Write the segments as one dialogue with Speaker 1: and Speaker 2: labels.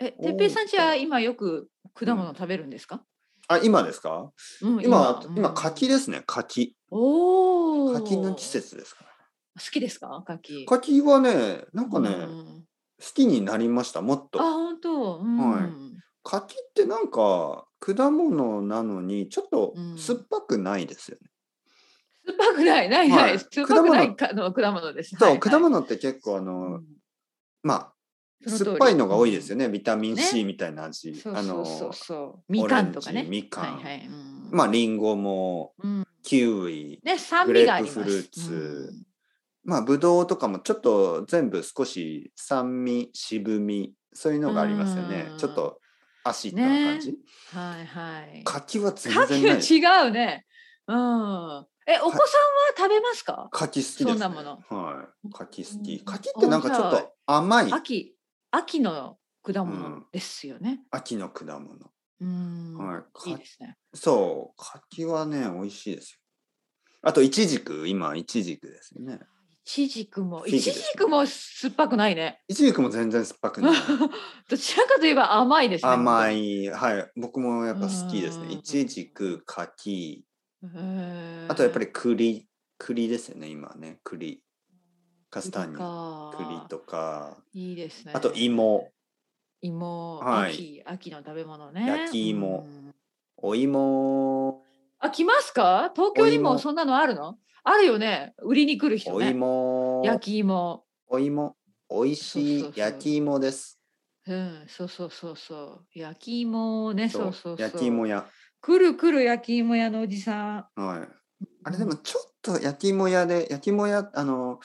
Speaker 1: え、てっぺいさんちは今よく果物食べるんですか。
Speaker 2: あ、今ですか
Speaker 1: うん
Speaker 2: 今、今、
Speaker 1: うん
Speaker 2: 柿ですね、柿。
Speaker 1: おお。
Speaker 2: 柿の季。節ですから。
Speaker 1: 好きですか、柿。
Speaker 2: 柿はね、なんかね、
Speaker 1: うん
Speaker 2: 好きになりました、もっ
Speaker 1: あ、
Speaker 2: と。
Speaker 1: 本当。うん
Speaker 2: はい柿ってなんか、果物なのに、ちょっと
Speaker 1: うん
Speaker 2: 酸っぱくないですよね。
Speaker 1: 酸っぱくない、ない、な
Speaker 2: はい
Speaker 1: い、酸っぱくないかの果物です。
Speaker 2: そう、
Speaker 1: はいはい
Speaker 2: 果物って結構あ
Speaker 1: う
Speaker 2: の、
Speaker 1: ん
Speaker 2: まあ、
Speaker 1: その通り
Speaker 2: 酸っぱいのが多いですよね、ビタミン
Speaker 1: ね
Speaker 2: C みたいな味。
Speaker 1: そう
Speaker 2: あ
Speaker 1: そ
Speaker 2: の
Speaker 1: うそうそう。みかんとか
Speaker 2: オ
Speaker 1: ね
Speaker 2: レン。ジみかん
Speaker 1: はいはい。うん
Speaker 2: まあ、リンゴも、
Speaker 1: うん
Speaker 2: キウイ、
Speaker 1: ね、酸味があります。
Speaker 2: グレープフルーツまあ、ぶどうとかもちょっと全部少し酸味、渋み、そういうのがありますよね
Speaker 1: う。ん
Speaker 2: ちょっとアシッドな感じ。
Speaker 1: うんはいはい。
Speaker 2: 柿は全
Speaker 1: 牡
Speaker 2: 然ない。
Speaker 1: 蠣は違うね。うん。え、お子さんは食べますか。
Speaker 2: 柿好きです、ね。
Speaker 1: そんなもの
Speaker 2: はい。柿好
Speaker 1: う
Speaker 2: き。
Speaker 1: ん
Speaker 2: 柿ってなんかちょっと甘い
Speaker 1: 秋、秋の果
Speaker 2: う
Speaker 1: 物
Speaker 2: ん
Speaker 1: ですよね。
Speaker 2: 秋の果物。
Speaker 1: うん。
Speaker 2: はい
Speaker 1: いいですね。
Speaker 2: そう、柿はね、美味しいですよ。あと、イチジク、今、イチジクですよね。
Speaker 1: いちじくも、
Speaker 2: フィギ
Speaker 1: い
Speaker 2: ュ
Speaker 1: ち
Speaker 2: です
Speaker 1: じ
Speaker 2: ね
Speaker 1: くも酸っぱくないね。
Speaker 2: イチジクも全然酸っぱくない。
Speaker 1: どちらかといえば甘いですね。
Speaker 2: 甘。い、はい、僕もやっぱ好きです
Speaker 1: う
Speaker 2: ね。
Speaker 1: ん
Speaker 2: イチジク、柿、あ
Speaker 1: あ
Speaker 2: とやっぱり栗、栗ですよね、今ね、栗。カスターニャ、
Speaker 1: か
Speaker 2: 栗とか、
Speaker 1: いいですね。
Speaker 2: あと芋、
Speaker 1: 芋、
Speaker 2: はい
Speaker 1: 秋、秋の食べ物ね。
Speaker 2: 焼き芋
Speaker 1: うん
Speaker 2: お芋、
Speaker 1: あ、来ますか東京に
Speaker 2: お
Speaker 1: も
Speaker 2: 芋
Speaker 1: そんなのあるのあるよね。売りに来る人
Speaker 2: お
Speaker 1: ね。
Speaker 2: 芋、
Speaker 1: 焼き芋。
Speaker 2: お芋、美味し
Speaker 1: そうそう
Speaker 2: い
Speaker 1: そう
Speaker 2: 焼き芋です。
Speaker 1: うん、そうそうそうそう。焼き芋ね、そうそうそう。
Speaker 2: 焼き芋屋。
Speaker 1: くるくる焼き芋屋のおじさん。
Speaker 2: はい。あれでもちょっと焼き芋屋で、焼き芋屋、あの、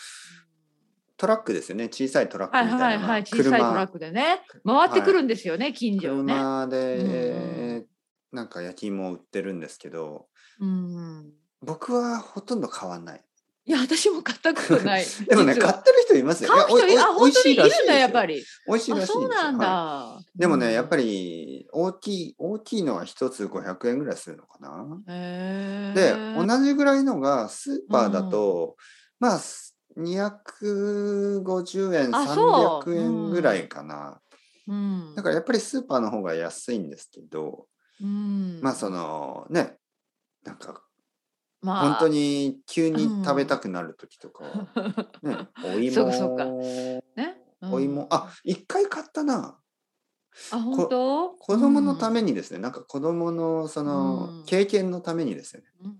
Speaker 2: トラックですよね。小さいトラック
Speaker 1: はい
Speaker 2: みたいな。
Speaker 1: はいはい、小さいトラッ
Speaker 2: ク。
Speaker 1: クでね、回ってくるんですよね、近所をね。
Speaker 2: 車で、
Speaker 1: うんう
Speaker 2: なんか焼き芋を売ってるんですけど、
Speaker 1: うん。
Speaker 2: 僕はほとんど買わない。。
Speaker 1: いや、私も買ったことない
Speaker 2: でもね、
Speaker 1: 実
Speaker 2: 買
Speaker 1: は
Speaker 2: ってる人いますよ。
Speaker 1: 買う人い
Speaker 2: や
Speaker 1: あ、
Speaker 2: おお
Speaker 1: 本当にいるんだ、やっぱ
Speaker 2: り。
Speaker 1: り。
Speaker 2: 美味しいらしい
Speaker 1: あ、
Speaker 2: ですよ
Speaker 1: そうなんだ。
Speaker 2: はいでもね、やっぱ
Speaker 1: り。
Speaker 2: り大きい、大きいのは一つ500円ぐらいするのかな。
Speaker 1: へ
Speaker 2: で、
Speaker 1: ー
Speaker 2: 同じぐらいのがスーパーだと、まあ、す250円、
Speaker 1: あそう
Speaker 2: 300円ぐらいかな。
Speaker 1: うん
Speaker 2: だからやっぱりスーパーの方が安いんですけど、
Speaker 1: うん
Speaker 2: まあそのね、なんか
Speaker 1: まあ
Speaker 2: 本当に急に食べたくなる時とかは、 ね、お芋、
Speaker 1: そうかそうかね、うん
Speaker 2: お芋、あ、一回買ったな。
Speaker 1: あ本当
Speaker 2: 子供のた
Speaker 1: に、
Speaker 2: めにですね、なんか子供のそ
Speaker 1: うん
Speaker 2: の経験のためにですよね。
Speaker 1: うんうん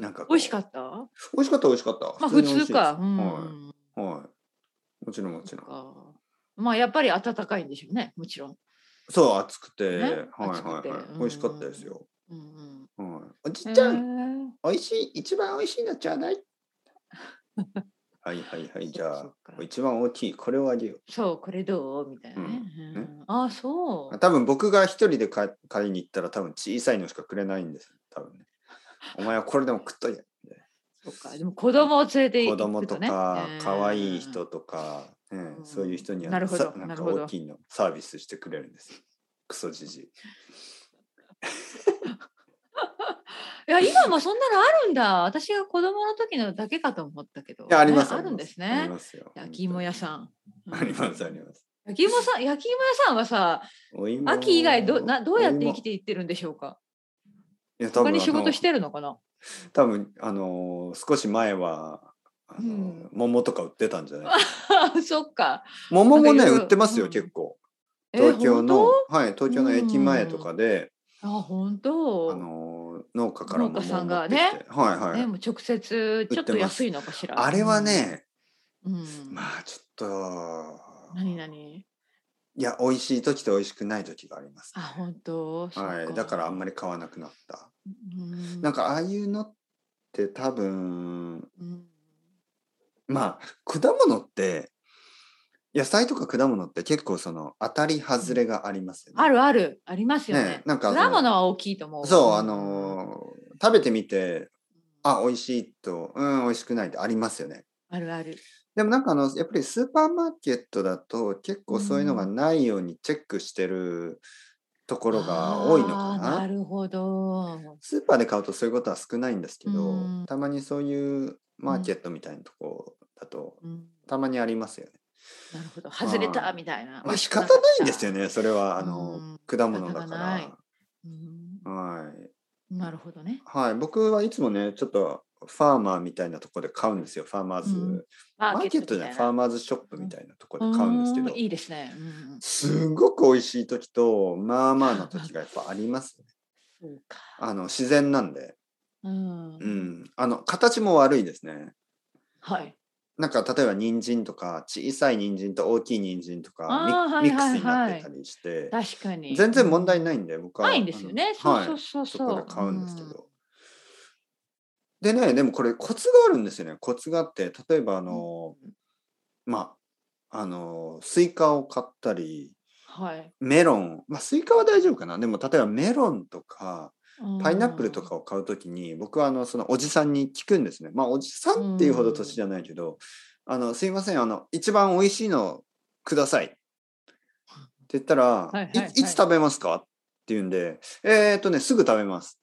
Speaker 2: なんかこう
Speaker 1: 美味しかったま
Speaker 2: 美味しかった美味しかった。
Speaker 1: あ
Speaker 2: 普
Speaker 1: 普
Speaker 2: に美味し
Speaker 1: 通
Speaker 2: いです
Speaker 1: か、うん
Speaker 2: はいはい。もちろんもちろん。
Speaker 1: かまあやっぱり暖かいんでしょうねもちろん、
Speaker 2: そう、暑くて、
Speaker 1: ね
Speaker 2: はい
Speaker 1: 暑く
Speaker 2: はい
Speaker 1: て
Speaker 2: はい、
Speaker 1: うん
Speaker 2: 美味しかったですよ。
Speaker 1: うんうん、
Speaker 2: はい、おじちゃん、
Speaker 1: ん
Speaker 2: 美味しい、一番美味しいのちょうだい。 はいはいはい、じゃ
Speaker 1: そ
Speaker 2: あ
Speaker 1: っか、
Speaker 2: 一番大きい、これをあげよ
Speaker 1: そうこれどうみたいなね,うん、
Speaker 2: ね
Speaker 1: あそう
Speaker 2: う。多分僕が一人で買い買いに行ったら、多分小さいのしかくれないんです。多分ね。お前はこれでも食っとい
Speaker 1: そうかでも子供を連れて
Speaker 2: て。
Speaker 1: 行
Speaker 2: 子
Speaker 1: くと、ね、
Speaker 2: 供とか、可愛い
Speaker 1: うん
Speaker 2: 人とか、ね
Speaker 1: うん
Speaker 2: そういう人には
Speaker 1: なるほど
Speaker 2: さ
Speaker 1: な
Speaker 2: な
Speaker 1: んる
Speaker 2: か
Speaker 1: ほど
Speaker 2: 大きいのサービスしてくれるんです。クソじじい。
Speaker 1: いや今もそんなのあるんだ私が子供の時のだけかと思ったけど
Speaker 2: いやあります、
Speaker 1: ねあるんです
Speaker 2: あり
Speaker 1: ね
Speaker 2: ますよ。
Speaker 1: 焼き芋屋さ
Speaker 2: ん。
Speaker 1: ん、うん
Speaker 2: ありますあります。
Speaker 1: 焼き芋さん焼き芋屋さんはさ
Speaker 2: お芋
Speaker 1: 秋以外どなどうやって生き
Speaker 2: て
Speaker 1: ていってるんでしょうか
Speaker 2: いや多
Speaker 1: 他
Speaker 2: 分
Speaker 1: に仕
Speaker 2: あの
Speaker 1: 事してるのかな
Speaker 2: 多分あのー少し前はあのー、
Speaker 1: うん
Speaker 2: 桃とか売ってたんじゃない
Speaker 1: そっか
Speaker 2: 桃もね
Speaker 1: なんかいろい
Speaker 2: 売
Speaker 1: ろ
Speaker 2: ってますよ、
Speaker 1: うん
Speaker 2: 結構
Speaker 1: え
Speaker 2: 東京の
Speaker 1: 本、
Speaker 2: はい東京の駅前とかで、
Speaker 1: 当あ本当
Speaker 2: あのー農家から
Speaker 1: 農家さんが
Speaker 2: 桃を持ってきてはいはい、
Speaker 1: ねもう直接ちょっと安いのかしら
Speaker 2: あれは、ね、
Speaker 1: うん
Speaker 2: まあちょっと
Speaker 1: 何何
Speaker 2: いや美味しい時と美味しくない時があります、
Speaker 1: あ本当そっ
Speaker 2: はいだからあんまり買わなくなった、
Speaker 1: うん
Speaker 2: なんかああいうのって多分
Speaker 1: うん
Speaker 2: まあ果物って野菜とか果物って結構その当たり外れがありますよね。
Speaker 1: あるあるありますよね
Speaker 2: ねなんかその
Speaker 1: 果物は大きいと思う
Speaker 2: そうあのー食べてみてあ美味しいとうん美味しくないってありますよね。
Speaker 1: あるある
Speaker 2: でもなんかあのやっぱりスーパーマーケットだと結構そういうのがないようにチェックしてるところが多いのか
Speaker 1: あー
Speaker 2: な。
Speaker 1: なるほど
Speaker 2: スーパーで買うとそういうことは少ないんですけど、
Speaker 1: うん
Speaker 2: たまにそういうマーケットみたいなとこだと
Speaker 1: うん
Speaker 2: たまにありますよね。
Speaker 1: なるほど外れ
Speaker 2: は
Speaker 1: た
Speaker 2: い
Speaker 1: みたいな。
Speaker 2: まあ仕方ないんですよ
Speaker 1: ね。
Speaker 2: ねそれはあ
Speaker 1: う
Speaker 2: の
Speaker 1: ん
Speaker 2: 果物だ
Speaker 1: 仕
Speaker 2: か
Speaker 1: 方がない
Speaker 2: ら。
Speaker 1: うん
Speaker 2: はい
Speaker 1: なるほどね。
Speaker 2: はい、僕はいつもねちょっとファーマーみたいなところで買うんですよファーマーズ、
Speaker 1: うん
Speaker 2: マーケットじゃないファー
Speaker 1: ム
Speaker 2: マーズショップみたいなところで買うんですけど、
Speaker 1: いいですね。うんうん
Speaker 2: すごく美味しい時とまあまあの時がやっぱありますね
Speaker 1: そうか。
Speaker 2: あの自然なんで、
Speaker 1: うん
Speaker 2: うん、あの形も悪いですね
Speaker 1: はい。
Speaker 2: なんか例えば人参とか小さい人参と大きい人参と
Speaker 1: あ
Speaker 2: か
Speaker 1: ー
Speaker 2: ミ,、
Speaker 1: はいはいはい
Speaker 2: ミックスになってたりして
Speaker 1: 確かに。
Speaker 2: 全然問題
Speaker 1: い。
Speaker 2: ないんで僕は
Speaker 1: ないんですよね。
Speaker 2: あの
Speaker 1: そう
Speaker 2: はい
Speaker 1: そうそう
Speaker 2: そ
Speaker 1: そう。
Speaker 2: こで買うんですけど、でねでもこれコツがあるんですよねコツがあって例えばあ
Speaker 1: うん。
Speaker 2: の、まああのスイカを買ったり
Speaker 1: はい。
Speaker 2: メロン、まあ、スイカは大丈夫かなでも例えばメロンとかパイナップルとかを買うときに僕はあのそのおじさんに聞くんですねまあおじさんっていうほど年じゃないけど「あのすいませんあの一番おいしいのください」って言ったら「
Speaker 1: はい
Speaker 2: い
Speaker 1: はいはい
Speaker 2: いつ食べますか?」って言うんで「えー、っとねすぐ食べます」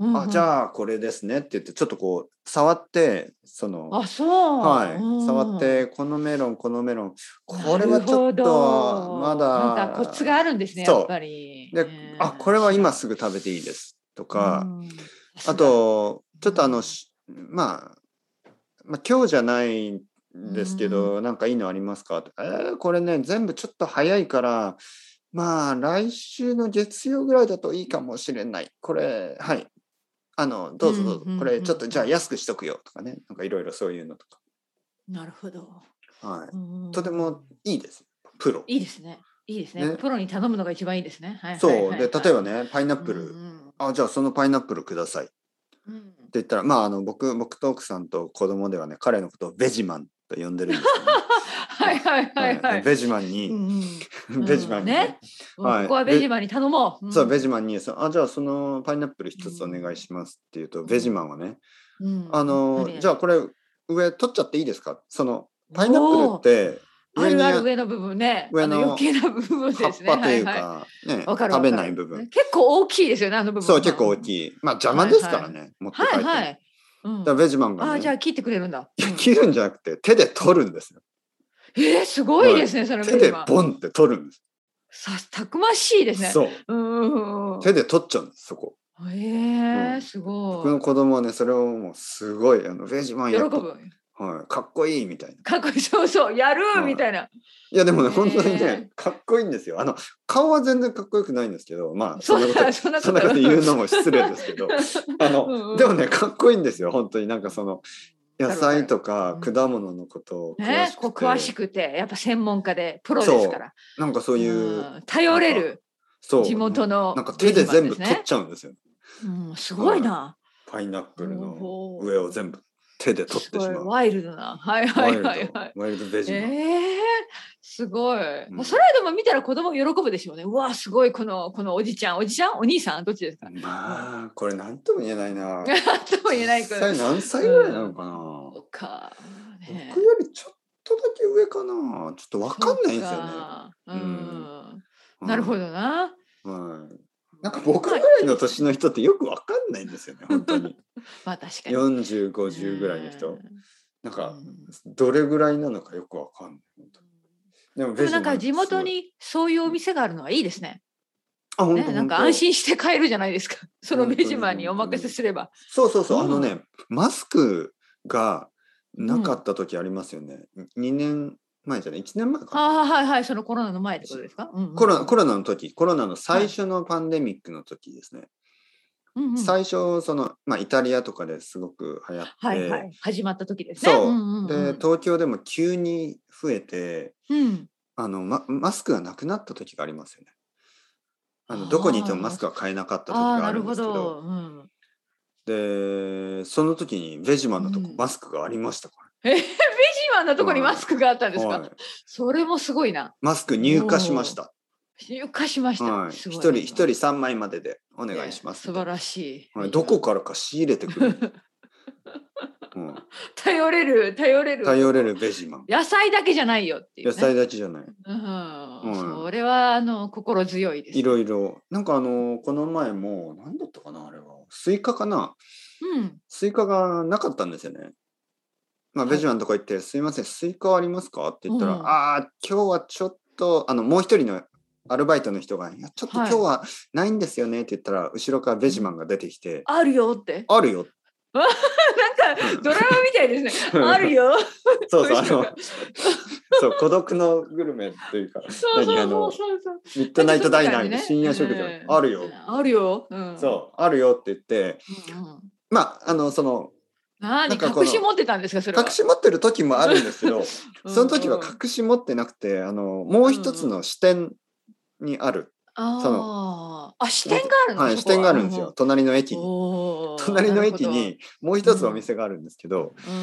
Speaker 1: うん。うん
Speaker 2: あ「じゃあこれですね」って言ってちょっとこう触ってその
Speaker 1: あ、そう。
Speaker 2: はい、
Speaker 1: うん
Speaker 2: 触っ。てこのメロンこのメロンこれ
Speaker 1: な
Speaker 2: は
Speaker 1: る
Speaker 2: ちょ
Speaker 1: ほ
Speaker 2: っ
Speaker 1: ど
Speaker 2: とま
Speaker 1: なん
Speaker 2: だ
Speaker 1: かコツがあるんですね、
Speaker 2: そう
Speaker 1: やっぱり。
Speaker 2: で
Speaker 1: ね
Speaker 2: あこれは今すぐ食べていいですと
Speaker 1: う
Speaker 2: か、
Speaker 1: ん
Speaker 2: あとちょっとあ
Speaker 1: う
Speaker 2: の、
Speaker 1: ん
Speaker 2: しまあ、まあ今日じゃないんですけど、なんかいいのありますかってえーこれね全部ちょっと早いからまあ来週の月曜ぐらいだといいかもしれないこれはいあのどうぞどう
Speaker 1: う
Speaker 2: ぞ、
Speaker 1: んうんうん
Speaker 2: これちょっとじゃあ安くしとくよとかねなんかいろいろそういうのと
Speaker 1: なるほど。
Speaker 2: か、はい、
Speaker 1: うん
Speaker 2: とてもいいですプロ。
Speaker 1: いいですね。いいですね
Speaker 2: ね
Speaker 1: プロに頼むのが一番いいですね。はい、
Speaker 2: そう、
Speaker 1: はいはいはい
Speaker 2: で例えば、ねパイナップル、
Speaker 1: うん
Speaker 2: あじゃあそのパイナップルくださいって
Speaker 1: うんうん
Speaker 2: 言ったらまああの僕僕と奥さんと子供ではね彼のことをベジマンと呼んでるんですよ、ね
Speaker 1: はいはい はいはい。
Speaker 2: ベジマンに、
Speaker 1: うんうん
Speaker 2: ベジマンに、
Speaker 1: ね
Speaker 2: はい
Speaker 1: ここはベジマンに頼もう。
Speaker 2: そうベ
Speaker 1: ジ
Speaker 2: ジマンにそあじゃあそのパイナップル一つお願いしますって言うと、ベジマンはね、あのじゃ
Speaker 1: ゃ
Speaker 2: あこれ上取っちゃっていいですかそのパイナップルって
Speaker 1: あ
Speaker 2: 上
Speaker 1: る
Speaker 2: に
Speaker 1: ある上の部分ね。
Speaker 2: 上の
Speaker 1: あ余計な部分
Speaker 2: 葉っ
Speaker 1: ですね。
Speaker 2: ぱという
Speaker 1: はいは
Speaker 2: か,、ね
Speaker 1: い、わかるわかる
Speaker 2: 食べない部分
Speaker 1: 結構大きいですよね、あの部分。
Speaker 2: そう結構大き
Speaker 1: い。
Speaker 2: いまあ邪魔ですからね、持って帰って
Speaker 1: は
Speaker 2: も、
Speaker 1: いはい。うん
Speaker 2: だからベジマンが、ね、
Speaker 1: あじゃあ切ってくれるん だ。うん
Speaker 2: 切るんじゃなくて手で取るんですよ。
Speaker 1: えー、すごいですね、その
Speaker 2: 手
Speaker 1: ベジ
Speaker 2: で
Speaker 1: マン。
Speaker 2: ボンって取るんです。
Speaker 1: さたくましいですね。
Speaker 2: そう。
Speaker 1: うんうんうん。
Speaker 2: 手で取っちゃうんです、そこ。
Speaker 1: え
Speaker 2: う
Speaker 1: ー、
Speaker 2: ん
Speaker 1: すご
Speaker 2: 僕の
Speaker 1: い。
Speaker 2: 子供はね、それをもうすごい、あの、ベジマン
Speaker 1: 喜
Speaker 2: や
Speaker 1: ぶ
Speaker 2: っ。とはい、かっこいいみたいな。
Speaker 1: かっこいい、そうそう、やる
Speaker 2: はい
Speaker 1: みたいな。
Speaker 2: いや、でもね、
Speaker 1: へー
Speaker 2: 本当にね、かっこいいんですよ。あの、顔は全然かっこよくないんですけど、まあ、
Speaker 1: そ
Speaker 2: そんなこ
Speaker 1: ん
Speaker 2: と
Speaker 1: な、、そんな
Speaker 2: そんなこと言うのも失礼ですけど、あ
Speaker 1: うんう
Speaker 2: の、
Speaker 1: ん
Speaker 2: でもね、かっこいいんですよ、本当に。なんかその、野菜とか
Speaker 1: わかる
Speaker 2: 果物のことを詳
Speaker 1: ね
Speaker 2: し、
Speaker 1: こう
Speaker 2: くて、
Speaker 1: 詳しくて、やっぱ専門家で、プロですから。
Speaker 2: なんかそういうう、
Speaker 1: ん頼れる
Speaker 2: そう、
Speaker 1: 地元の
Speaker 2: なんか手で全部
Speaker 1: ベジ
Speaker 2: 取
Speaker 1: マン
Speaker 2: っちゃうんですよ。
Speaker 1: すね。うん、すごいな。
Speaker 2: パイナップルの
Speaker 1: おー
Speaker 2: 上を全部手で取っ
Speaker 1: す
Speaker 2: て
Speaker 1: ご
Speaker 2: し
Speaker 1: い
Speaker 2: まう。
Speaker 1: ワイルドな。はい
Speaker 2: ワ
Speaker 1: は
Speaker 2: イ
Speaker 1: い
Speaker 2: ルド
Speaker 1: はいはい。
Speaker 2: ワイルドベジマン、
Speaker 1: ええすごい。
Speaker 2: ん
Speaker 1: それでも見たら子供喜ぶでしょうね。うわ、すごい、この、このおじちゃん、おじちゃん、お兄さん、どっちですか。
Speaker 2: まあこれ何とも言えない
Speaker 1: な
Speaker 2: な。
Speaker 1: んと も言えないけ
Speaker 2: 実
Speaker 1: ど。
Speaker 2: 際何歳ぐらいなのかな。
Speaker 1: そうか。ね
Speaker 2: 僕よりちょっとだけ上かな。ちょっとわかんないんですよね。
Speaker 1: そうかう
Speaker 2: うん
Speaker 1: ん。なるほ
Speaker 2: ど。
Speaker 1: どな。
Speaker 2: はい。なんか僕ぐらいの年の人ってよくわかんないんですよね。本当に。
Speaker 1: まあ、確かに。
Speaker 2: 四十五十ぐらいの人。なん
Speaker 1: う
Speaker 2: か
Speaker 1: ん。
Speaker 2: どれぐらいなのかよくわかんない。本当にでも
Speaker 1: で
Speaker 2: ベ
Speaker 1: もな
Speaker 2: ジマン
Speaker 1: んか地元にそういうお店があるのはいいですね。
Speaker 2: すごいあ本当
Speaker 1: ね、なんか安心して買えるじゃないですか。そのベジマンにお任せすれば。
Speaker 2: そうそうそう、
Speaker 1: うん
Speaker 2: あのね、マスクがなかった時ありますよね。2年前じゃない、1年前かな。
Speaker 1: ああ、はいはい、そのコロナの前ってことですか。うんうん
Speaker 2: コロナコロナの時、コロナの最初のパンデミックの時です
Speaker 1: う
Speaker 2: ね。
Speaker 1: んうん
Speaker 2: 最初、その、まあ、イタリアとかですごく流行って、
Speaker 1: はいはい、始まった時ですね。
Speaker 2: そう、
Speaker 1: んんうん
Speaker 2: で、東京でも急に増えて、
Speaker 1: うん、
Speaker 2: あのま、マスクがなくなった時がありますよね。あのどこにいてもマスクが買えなかった時
Speaker 1: ああー、
Speaker 2: が
Speaker 1: な
Speaker 2: あ
Speaker 1: る
Speaker 2: るんで
Speaker 1: ほ
Speaker 2: すけど
Speaker 1: ど。うん、
Speaker 2: でその時にベジマンのとこ、
Speaker 1: うん
Speaker 2: マスクがありましたか
Speaker 1: ベジマンのとこにマスクがあったん
Speaker 2: ら、
Speaker 1: ですか。
Speaker 2: はい
Speaker 1: それもすごいな。
Speaker 2: マスク入荷しました。
Speaker 1: 入荷しました。
Speaker 2: はい。
Speaker 1: す
Speaker 2: 一
Speaker 1: ごい
Speaker 2: 人一人三枚まででお願いします。
Speaker 1: 素晴らしい。
Speaker 2: はい。どこからか仕入れてくる。 うん
Speaker 1: 頼れる、頼れる。
Speaker 2: 頼れるベジマン。
Speaker 1: 野菜だけじゃないよっていう、
Speaker 2: 野
Speaker 1: ね。
Speaker 2: 菜だけじゃない。
Speaker 1: う
Speaker 2: うん
Speaker 1: ん、それはあの心強いです。
Speaker 2: いろいろ。なんかあのこの前も何だったかなあれは。スイカかな。
Speaker 1: うん。
Speaker 2: スイカがなかったんですよね。まあ、
Speaker 1: はい
Speaker 2: ベジマンとか行って、すいません、スイカありますかって言ったら、
Speaker 1: うん
Speaker 2: ああ、今日はちょっと、あの、もう一人のアルバイトの人が、いや、ちょっと今
Speaker 1: はい
Speaker 2: 日はないんですよねって言ったら、後ろからベジマンが出てきて、
Speaker 1: あるよって。
Speaker 2: あるよ。
Speaker 1: なんかドラマみたい ですね。あるよ。
Speaker 2: そうそう、あ
Speaker 1: そう
Speaker 2: の、 そう、孤独のグルメというか、
Speaker 1: そうそう
Speaker 2: 何あ
Speaker 1: そう
Speaker 2: の
Speaker 1: そうそう。
Speaker 2: ミッドナイトダイナー
Speaker 1: ね
Speaker 2: で深夜食堂、
Speaker 1: うん
Speaker 2: あるよ。
Speaker 1: あるよ。うん。
Speaker 2: そう、あるよって言って、
Speaker 1: うんうん。
Speaker 2: まあ、あの、その、
Speaker 1: 何
Speaker 2: なんかこの
Speaker 1: 隠し持ってたんですかそれは。
Speaker 2: 隠し持ってる時もあるんですけ ど、
Speaker 1: うん
Speaker 2: その時は
Speaker 1: うん
Speaker 2: 隠し持ってなくて、あの、もう一つの視点にある、
Speaker 1: あーあ視点があるの。
Speaker 2: はい、
Speaker 1: そ
Speaker 2: 視
Speaker 1: こは
Speaker 2: 点があるんですよ、。隣の駅
Speaker 1: うん
Speaker 2: に。
Speaker 1: おー
Speaker 2: 隣の駅にもう一つのお店があるんですけど、
Speaker 1: なるほどうん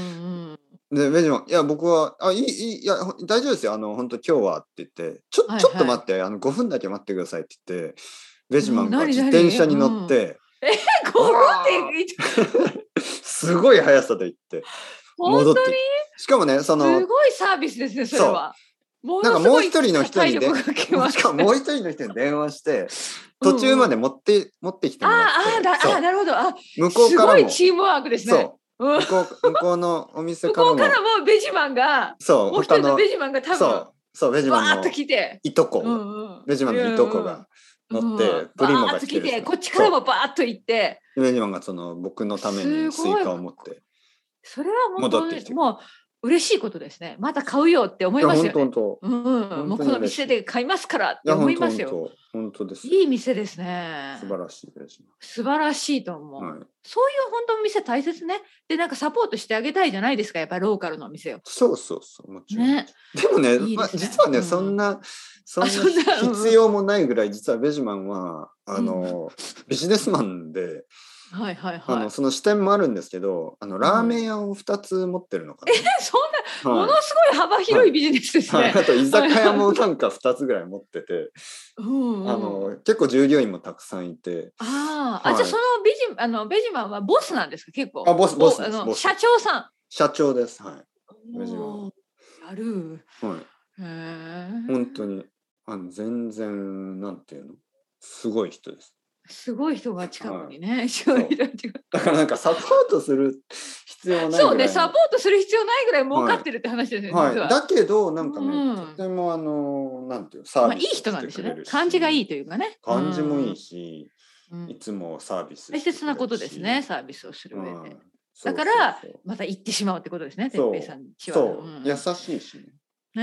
Speaker 1: うん。
Speaker 2: で、ベジマン、いや、僕は、あ、いい、いい、いや、ほん大丈夫ですよ、あの、本当今日はって言って、ちょ、
Speaker 1: はいはい
Speaker 2: ちょっと待って、あの、5分だけ待ってくださいって言って、ベジマン
Speaker 1: うん
Speaker 2: が
Speaker 1: 何
Speaker 2: 自
Speaker 1: 何
Speaker 2: 転車に乗って、
Speaker 1: えゴロって
Speaker 2: すごい速さで行って、戻
Speaker 1: 本
Speaker 2: って
Speaker 1: 当に
Speaker 2: しかもね、その
Speaker 1: す、ごいサービスですねそれは。も
Speaker 2: なんかもう一人の人にで、
Speaker 1: ね。
Speaker 2: もうしかももう一人の人に電話して、途中まで持って、持ってきて
Speaker 1: あ
Speaker 2: もら
Speaker 1: ーあーだ
Speaker 2: っ
Speaker 1: あ
Speaker 2: て、そ
Speaker 1: ー
Speaker 2: う
Speaker 1: なるほどあ
Speaker 2: 向こう
Speaker 1: す
Speaker 2: か
Speaker 1: ご
Speaker 2: ら
Speaker 1: い
Speaker 2: も、
Speaker 1: チームワークですね。
Speaker 2: そう
Speaker 1: うん
Speaker 2: 向こう、向こうのお店
Speaker 1: 向
Speaker 2: か
Speaker 1: こ
Speaker 2: ら
Speaker 1: うから
Speaker 2: も、
Speaker 1: もベジマンが
Speaker 2: そう、
Speaker 1: もう一
Speaker 2: 他
Speaker 1: 人の
Speaker 2: の、
Speaker 1: ベジマンが多分
Speaker 2: そ
Speaker 1: わ
Speaker 2: う、そう、ベジマ
Speaker 1: ー
Speaker 2: ン
Speaker 1: っ
Speaker 2: の
Speaker 1: と来て、
Speaker 2: いとこ、
Speaker 1: うんうん
Speaker 2: ベジマンのいとこが乗って
Speaker 1: うんうん
Speaker 2: プリモ
Speaker 1: わー
Speaker 2: が
Speaker 1: っと
Speaker 2: 来て
Speaker 1: 来
Speaker 2: る
Speaker 1: てこっちからもバーっと行って
Speaker 2: ベジマンがその僕のためにスイカを持って。
Speaker 1: それは本当
Speaker 2: 戻ってき
Speaker 1: に
Speaker 2: て
Speaker 1: もう嬉しいことですねまた買うよって思
Speaker 2: い
Speaker 1: い
Speaker 2: や、
Speaker 1: ます
Speaker 2: 本
Speaker 1: よ
Speaker 2: 当
Speaker 1: ね
Speaker 2: 本当。
Speaker 1: うんうんもうこの店で買いますからっ
Speaker 2: い
Speaker 1: て
Speaker 2: や、
Speaker 1: 思
Speaker 2: 本
Speaker 1: い
Speaker 2: 当
Speaker 1: ます
Speaker 2: 本
Speaker 1: よ
Speaker 2: 当。本当です。素
Speaker 1: いい店ですね
Speaker 2: 晴らしいベジ
Speaker 1: 素晴らしいと思
Speaker 2: マ
Speaker 1: う、
Speaker 2: ン。はい。
Speaker 1: そういう本当店大切ねでなんかサポートしてあげたいじゃないですかやっぱローカルのお店を
Speaker 2: そうそうそう、もちろん。
Speaker 1: ね
Speaker 2: でもね、
Speaker 1: いいですね
Speaker 2: まあ、実はね、
Speaker 1: うん
Speaker 2: そんな、そん
Speaker 1: あ
Speaker 2: な
Speaker 1: そんなうん
Speaker 2: 必要もないぐらい、実はベジマンは、あの、ビジネスマンで、
Speaker 1: はいはい
Speaker 2: あ
Speaker 1: はい
Speaker 2: の、その視点もあるんですけど、あの、ラーメン屋を2つ持ってるのか
Speaker 1: そん
Speaker 2: な。
Speaker 1: なも
Speaker 2: はい
Speaker 1: のすごい幅広いビジネスですね、
Speaker 2: はい、あと居酒屋もなんか2つぐらい持ってて、
Speaker 1: うんうん
Speaker 2: あの結構従業員もたくさんいて
Speaker 1: あー、
Speaker 2: は
Speaker 1: あ、
Speaker 2: い
Speaker 1: じゃあそのビジあのベジマンはボスなんですか結構。
Speaker 2: あボスボス
Speaker 1: おあ
Speaker 2: です
Speaker 1: の
Speaker 2: ボス
Speaker 1: 社長さ
Speaker 2: 社長ですは
Speaker 1: ん。
Speaker 2: ベジマンは
Speaker 1: おーやる。
Speaker 2: い、は
Speaker 1: へえ
Speaker 2: い、。本当にあの全然なんていうのすごい人です
Speaker 1: すごい人が近くにね、す
Speaker 2: う
Speaker 1: ごい人が近く
Speaker 2: だからなんかサポートする必要ないぐらいの
Speaker 1: そうね、サポートする必要ないぐらい儲かってるって話ですよね。
Speaker 2: はい、
Speaker 1: 実は
Speaker 2: だけどなんかね、
Speaker 1: うん
Speaker 2: とてもあのなんていうのサ
Speaker 1: まあ
Speaker 2: ー
Speaker 1: いい
Speaker 2: ビス
Speaker 1: 人なん
Speaker 2: を
Speaker 1: です
Speaker 2: して
Speaker 1: よ
Speaker 2: くれ
Speaker 1: ね
Speaker 2: る。し
Speaker 1: 感じがいいというかね。
Speaker 2: 感じもいい
Speaker 1: し。
Speaker 2: し、
Speaker 1: うん
Speaker 2: いつもサービスしてくれ
Speaker 1: 大
Speaker 2: るし
Speaker 1: 切なことですね、サービスをする
Speaker 2: うん
Speaker 1: 上
Speaker 2: そう
Speaker 1: で。
Speaker 2: そうそう
Speaker 1: だからまた行ってしまうってことですね、
Speaker 2: そう
Speaker 1: 哲平さんちは。
Speaker 2: そう、
Speaker 1: ん
Speaker 2: 優しいしね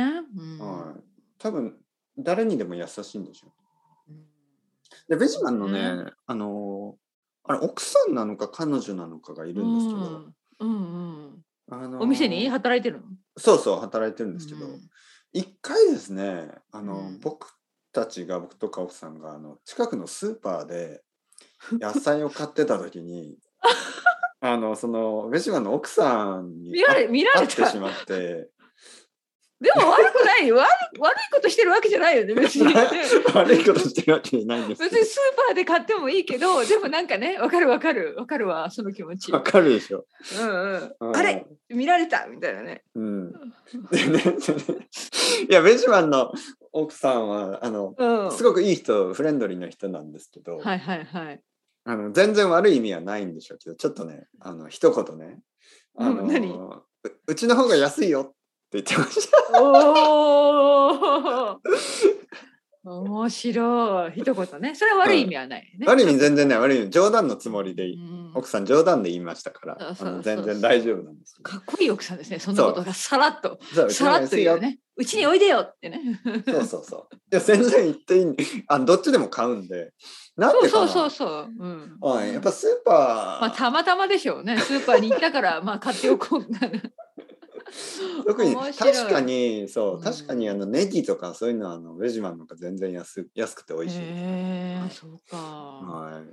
Speaker 1: ね。うん
Speaker 2: はい、多分誰にでも優しいんでしょ
Speaker 1: うん
Speaker 2: うでベジマンのね、
Speaker 1: う
Speaker 2: あのあれ奥さんなのか彼女なのかがいるんですけど、
Speaker 1: うんうんうん
Speaker 2: あの
Speaker 1: お店に働いてるの
Speaker 2: そうそう働いてるんですけど、
Speaker 1: うん
Speaker 2: 一回ですねあの、
Speaker 1: うん
Speaker 2: 僕たちが僕とか奥さんがあの近くのスーパ ーで野菜を買ってた時にあのそのベジマンの奥さんに
Speaker 1: 見られ見ら
Speaker 2: 会
Speaker 1: れ
Speaker 2: って
Speaker 1: た
Speaker 2: しまって。
Speaker 1: でも悪くないよ悪い悪いことしてるわけじゃないよ ね別に。
Speaker 2: 悪いことしてるわけじゃないんですけ
Speaker 1: 別
Speaker 2: ど
Speaker 1: にスーパーで買ってもいいけどでもなんかねわかるわかるわかるわその気持ち。う
Speaker 2: わかるでしょ。
Speaker 1: ん
Speaker 2: う
Speaker 1: うんん、あれ見られたみたいなね。
Speaker 2: うん。でね、それいや、ベジマンの奥さんは、あの、
Speaker 1: うん、
Speaker 2: すごくいい人、フレンドリーな人なんですけど、
Speaker 1: はいはいはい。
Speaker 2: あの全然悪い意味はないんでしょうけど、ちょっとね、あの、一言ね、あの、
Speaker 1: うん何
Speaker 2: ううちの方が安いよって言ってました。
Speaker 1: おお面白い一言ねそれは悪い意味はない、ね。
Speaker 2: 悪い意味全然ない、悪い意味、冗談のつもりで、
Speaker 1: うん
Speaker 2: 奥さん冗談で言いましたから、
Speaker 1: そう
Speaker 2: あ
Speaker 1: そう
Speaker 2: の全然大丈夫なんですけど
Speaker 1: かっこいい奥さんですねそんなことがさらっと。
Speaker 2: そううちの
Speaker 1: さ
Speaker 2: 方が
Speaker 1: らっと
Speaker 2: 安い
Speaker 1: 言
Speaker 2: よ
Speaker 1: うね。うちにおいでよってね。
Speaker 2: そうそうそう。いや、全然言っていいんで、あのどっちでも買うんで、なん
Speaker 1: そう
Speaker 2: でか
Speaker 1: そ
Speaker 2: な
Speaker 1: うそうそう。うん。
Speaker 2: はい、やっぱスーパー、
Speaker 1: まあたまたまでしょうね。スーパーに行った からまあ買っておこうかな。
Speaker 2: 特に
Speaker 1: 面白い
Speaker 2: 確かにそううん確かにあのネギとかそういうのはあのベジマンの方が全然安安くて美味しい、
Speaker 1: へえそうか。
Speaker 2: はい、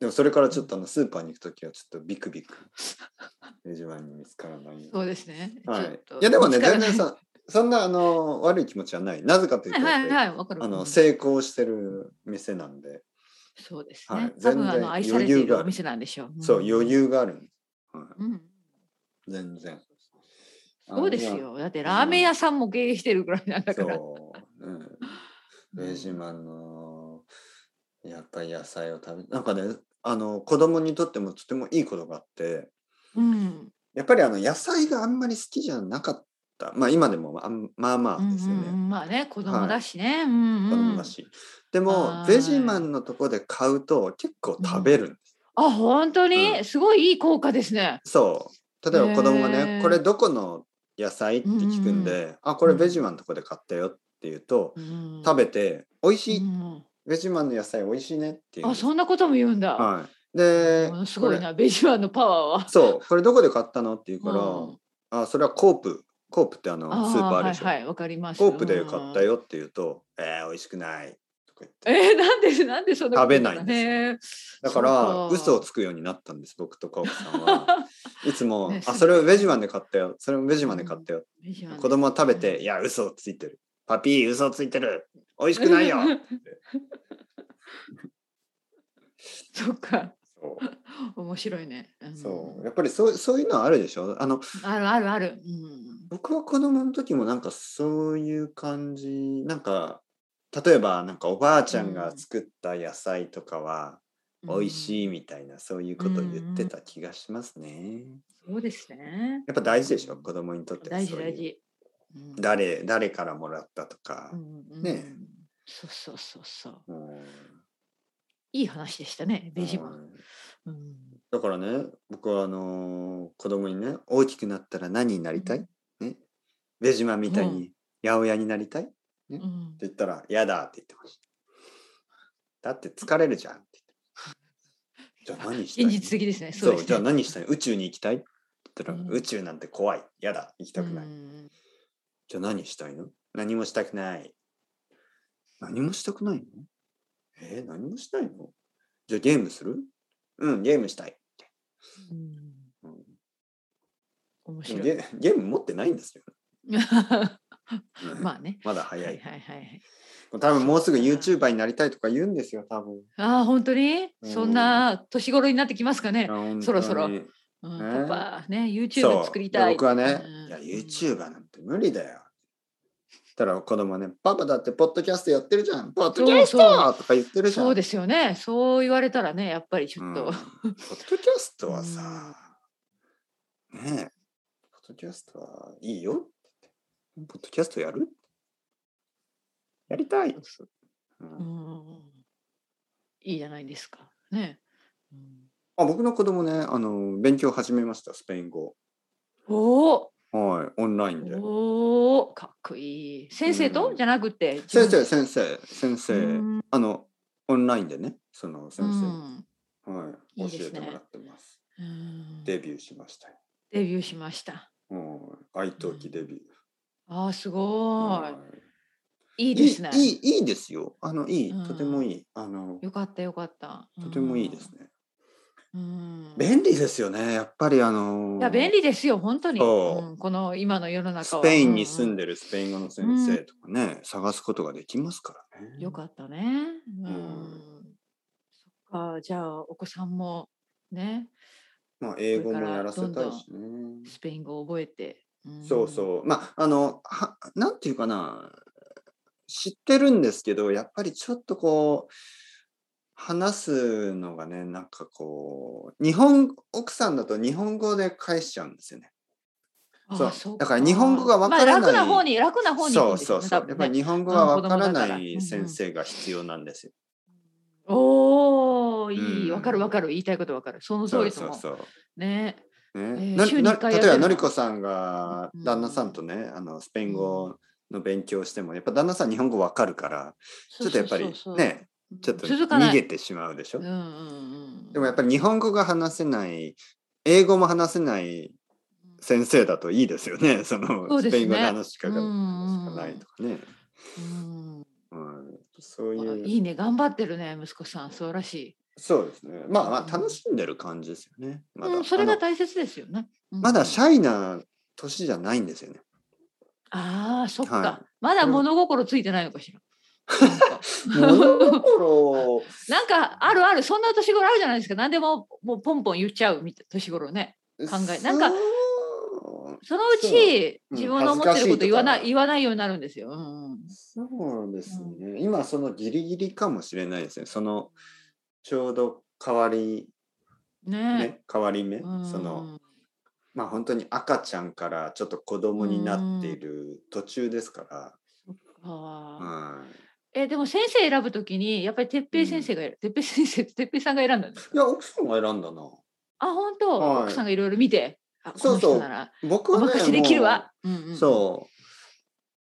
Speaker 2: でもそれからちょっとあのスーパーに行く時はちょっとビク ビクベジマンに見つからないよう
Speaker 1: そうですね。
Speaker 2: には
Speaker 1: ちょっ
Speaker 2: い
Speaker 1: と、
Speaker 2: いやでもね
Speaker 1: 見つからな
Speaker 2: 全
Speaker 1: い
Speaker 2: 然そそんなあの悪い気持ちはないなぜかというと、
Speaker 1: はいはいはいわかる。
Speaker 2: あ
Speaker 1: う
Speaker 2: の
Speaker 1: ん
Speaker 2: 成功してる店なんで、
Speaker 1: そうです
Speaker 2: は
Speaker 1: ね
Speaker 2: い。
Speaker 1: 多
Speaker 2: 全
Speaker 1: 分
Speaker 2: 然
Speaker 1: あの愛されてい
Speaker 2: 余裕が
Speaker 1: る
Speaker 2: ある
Speaker 1: お店なんでしょう。ん
Speaker 2: そう余。裕があるんです、は
Speaker 1: うん。
Speaker 2: い、全然
Speaker 1: そうです
Speaker 2: あの
Speaker 1: よ。だってラーメン屋さんも経営してるぐらいなんだから。
Speaker 2: そう、うん、ベジマンのやっぱり野菜を食べなんかねあの子供にとってもとてもいいことがあって
Speaker 1: うん。
Speaker 2: やっぱりあの野菜があんまり好きじゃなかった。まあ今でもあんまあま
Speaker 1: う
Speaker 2: あ
Speaker 1: ん
Speaker 2: ですよね。
Speaker 1: うんうんまあね子供だしね、うんうん
Speaker 2: 子供だし。でも
Speaker 1: は、ーい
Speaker 2: ベジマンのとこで買うと結構食べるんです。
Speaker 1: あ本当に、
Speaker 2: うん
Speaker 1: すごいいい効果ですね。
Speaker 2: そう。例えば子供が
Speaker 1: へ
Speaker 2: ね、
Speaker 1: ー
Speaker 2: これどこの野菜って聞くんで、あ、これベジマンのとこで買ったよって言うと、食
Speaker 1: べ
Speaker 2: べて、美味しい、
Speaker 1: うん
Speaker 2: ベジマンの野菜美味しいねっていう。
Speaker 1: あそんなことも言うんだ。
Speaker 2: はい。で
Speaker 1: もの、すごいなベジマンのパワーは
Speaker 2: これ。。そう、これどこで買ったのって言うから、
Speaker 1: うん
Speaker 2: あ、それはコープ。コープってあの
Speaker 1: あ
Speaker 2: スーパーあるでしょ。
Speaker 1: はいはいわかります。
Speaker 2: コープで買った
Speaker 1: よ。
Speaker 2: よって言うと、えー、美味しくないとか言って。
Speaker 1: えー、なんでなんでそんなこと言うの
Speaker 2: 食べない
Speaker 1: ね
Speaker 2: だから
Speaker 1: そうか
Speaker 2: 嘘をつくようになったんです僕とか奥さ んはいつも、
Speaker 1: ね
Speaker 2: あそれをベジマンで買ったよそれもベジマンで買ったよ、
Speaker 1: ベジマンね
Speaker 2: 子供は食べて、
Speaker 1: うん
Speaker 2: いや嘘をついてるパピー嘘をついてる美味しくないよ
Speaker 1: そっか
Speaker 2: そ
Speaker 1: 面白いね。うん
Speaker 2: うそうやっぱりそうそういうのはあるでしょあの
Speaker 1: あるあるある。うん
Speaker 2: 僕は子供の時もなんかそういう感じなんか例えばなんかおばあちゃんが作った野菜とかは美味
Speaker 1: い。
Speaker 2: しいみたいな、そういうことを言ってた気がしますね、
Speaker 1: そうですね。
Speaker 2: やっぱ大事でしょ子供にとっては
Speaker 1: 大事
Speaker 2: そういう
Speaker 1: 大事。うん
Speaker 2: 誰誰からもらったとか
Speaker 1: う、んうん
Speaker 2: ね
Speaker 1: そうそうそうそう。
Speaker 2: もう
Speaker 1: いい話でしたね、ベジマ
Speaker 2: う
Speaker 1: ン。
Speaker 2: ん
Speaker 1: うん
Speaker 2: だからね僕はあのー子供にね大きくなったら何になりたい、ね、ベジマンみたいに八百屋になりたいって
Speaker 1: うん
Speaker 2: 言ったら「嫌だ」って言ってましただって疲れるじゃんって言ってじゃあ何したい
Speaker 1: 現実的ですね。
Speaker 2: そう
Speaker 1: ですね
Speaker 2: じゃあ何したい宇宙に行きたいって言ったら、
Speaker 1: うん
Speaker 2: 宇宙なんて怖い嫌だ行きたくない、
Speaker 1: うん
Speaker 2: じゃあ何したいの何もしたくない。何もしたくないのえー何もしたいのじゃあゲームするうん、ゲームしたい。
Speaker 1: うん
Speaker 2: うん
Speaker 1: 面
Speaker 2: で
Speaker 1: 白
Speaker 2: も
Speaker 1: い。
Speaker 2: ゲゲーム持ってないんですよ。うん
Speaker 1: まあね。
Speaker 2: まだ
Speaker 1: はい
Speaker 2: 早
Speaker 1: はい
Speaker 2: い。
Speaker 1: はいはい。
Speaker 2: 多分もうすぐ YouTuber になりたいとか言うんですよ、多分。
Speaker 1: ああ、本当に
Speaker 2: うん
Speaker 1: そんな年頃になってきますかね。そろそろ
Speaker 2: い
Speaker 1: う
Speaker 2: や。ね
Speaker 1: んパパ、ね、
Speaker 2: 本当
Speaker 1: YouTube
Speaker 2: に
Speaker 1: 作り
Speaker 2: そう
Speaker 1: た
Speaker 2: で
Speaker 1: い。
Speaker 2: 僕はね、
Speaker 1: うん
Speaker 2: いや、YouTuber なんて無理だよ。たら子供はね、パパだってポッドキャストやってるじゃん。ポッドキャス
Speaker 1: そうそ
Speaker 2: トとか言ってるじゃん。
Speaker 1: そうですよね。そう言われたらね、やっぱりちょっ
Speaker 2: うん
Speaker 1: と
Speaker 2: ポ。ッドキャストはさ、ねえ、ポッドキャストはいいよ。ポッドキャストやるやりたい、うん
Speaker 1: うんいいじゃないですか。ね。うん
Speaker 2: あ僕の子供ねあの、勉強始めました、スペイン語。
Speaker 1: おお。
Speaker 2: はい、オンラインで。
Speaker 1: おお、かっこいい。先生と、
Speaker 2: うん
Speaker 1: じゃなくて。自
Speaker 2: 先
Speaker 1: 分
Speaker 2: 生、先生、先生、
Speaker 1: うん
Speaker 2: あの、オンラインでね、その先
Speaker 1: う
Speaker 2: 生、
Speaker 1: ん
Speaker 2: はい
Speaker 1: いい
Speaker 2: 教
Speaker 1: で
Speaker 2: え
Speaker 1: すね
Speaker 2: てもらってます。
Speaker 1: うん
Speaker 2: デビューしましたよ。
Speaker 1: デビューしました。
Speaker 2: もう、愛登記デビュー。
Speaker 1: ああ、すご
Speaker 2: はい
Speaker 1: い。いいですね。
Speaker 2: いいいいですよ。あのいい、
Speaker 1: うん
Speaker 2: とてもいい。あの
Speaker 1: よかった、よかった。
Speaker 2: とてもいいですね。
Speaker 1: うん。うん
Speaker 2: 便利ですよね。やっぱりあの
Speaker 1: いや、便利ですよ、本当に。
Speaker 2: そう
Speaker 1: うんこの今の世の中
Speaker 2: ス
Speaker 1: は。
Speaker 2: ペインに住
Speaker 1: うん
Speaker 2: でるスペイン語の先生とかね、探すことができますからね
Speaker 1: ん。よかったね。うん。
Speaker 2: うん
Speaker 1: そっか、じゃあ、お子さんも。ね。
Speaker 2: まあ英語もやらせたい
Speaker 1: これから
Speaker 2: しね。
Speaker 1: スペイン語を覚えて。ん
Speaker 2: そうそう。まああのはなんていうかな知ってるんですけどやっぱりちょっとこう話すのがねなんかこう日本奥さんだと日本語で返しちゃうんですよね。
Speaker 1: あ
Speaker 2: そう
Speaker 1: っ
Speaker 2: だから日本語がわからない
Speaker 1: まあ、楽な方に楽な方に
Speaker 2: そ
Speaker 1: 行く
Speaker 2: うん
Speaker 1: ですよ
Speaker 2: そう
Speaker 1: ね、
Speaker 2: そ
Speaker 1: 多
Speaker 2: う、やっ
Speaker 1: 分
Speaker 2: ぱり
Speaker 1: ね
Speaker 2: 日本語がわから
Speaker 1: うん子供だから
Speaker 2: な
Speaker 1: うんう
Speaker 2: い
Speaker 1: ん
Speaker 2: 先生が必要なんですよ。
Speaker 1: おおいい
Speaker 2: うん
Speaker 1: わかるわかる言いたいことわかるその通
Speaker 2: そう
Speaker 1: りと
Speaker 2: そう
Speaker 1: も
Speaker 2: そう。
Speaker 1: ね
Speaker 2: ね
Speaker 1: えー
Speaker 2: な
Speaker 1: 週に
Speaker 2: な
Speaker 1: 一回やっ
Speaker 2: 例
Speaker 1: て
Speaker 2: え
Speaker 1: るの
Speaker 2: ばのりこさんが
Speaker 1: うん
Speaker 2: 旦那さんとねあのスペイン語の勉強をしてもやっぱ旦那さん日本語わかるからちょっとやっぱりねちょっと
Speaker 1: 続かな
Speaker 2: 逃
Speaker 1: い
Speaker 2: げてしまうでしょ
Speaker 1: うんう。んうん
Speaker 2: でもやっぱり日本語が話せない英語も話せない先生だといいですよねそ
Speaker 1: そ
Speaker 2: の
Speaker 1: うで
Speaker 2: ス
Speaker 1: すね
Speaker 2: ペイン語の話しかが
Speaker 1: うんうんうん
Speaker 2: 話しかないとかね。
Speaker 1: うん
Speaker 2: うんそう
Speaker 1: あ
Speaker 2: いう
Speaker 1: いいね頑張ってるね息子さん素晴らしい、
Speaker 2: そうですねまあまあ楽しんでる感じですよね。まだ
Speaker 1: うん、それ
Speaker 2: あ
Speaker 1: が
Speaker 2: の
Speaker 1: 大切ですよね、うん
Speaker 2: まだシャイな年じゃないんですよね。
Speaker 1: あーそっか、
Speaker 2: は
Speaker 1: まだ物心ついてないのかしら
Speaker 2: 物心
Speaker 1: なんかあるあるそんな年頃あるじゃないですか何でももうポンポン言っちゃうみたいな年頃ねえなんか
Speaker 2: そう
Speaker 1: そのうち
Speaker 2: そううん
Speaker 1: 自分の思ってること言わない
Speaker 2: 恥ずかしいとか
Speaker 1: 言わないようになるんですよ。うんうん
Speaker 2: そうですね、今そのギリギリかもしれないですねそのちょうど変わり
Speaker 1: ね
Speaker 2: 目変わり目、
Speaker 1: うん
Speaker 2: そのまあ本当に赤ちゃんからちょっと子供になっている途中ですか
Speaker 1: あー
Speaker 2: ら、はい、
Speaker 1: えでも先生選ぶときにやっぱり哲平先生が、哲平先生哲平さんが選んだんです
Speaker 2: いや奥さんが選んだな
Speaker 1: あ本当、
Speaker 2: はい
Speaker 1: 奥さんがいろいろ見てあこ
Speaker 2: そ
Speaker 1: の
Speaker 2: うそう
Speaker 1: 人なら
Speaker 2: 僕
Speaker 1: お
Speaker 2: はね
Speaker 1: 任せできるわ、うん
Speaker 2: も
Speaker 1: う、
Speaker 2: うんそ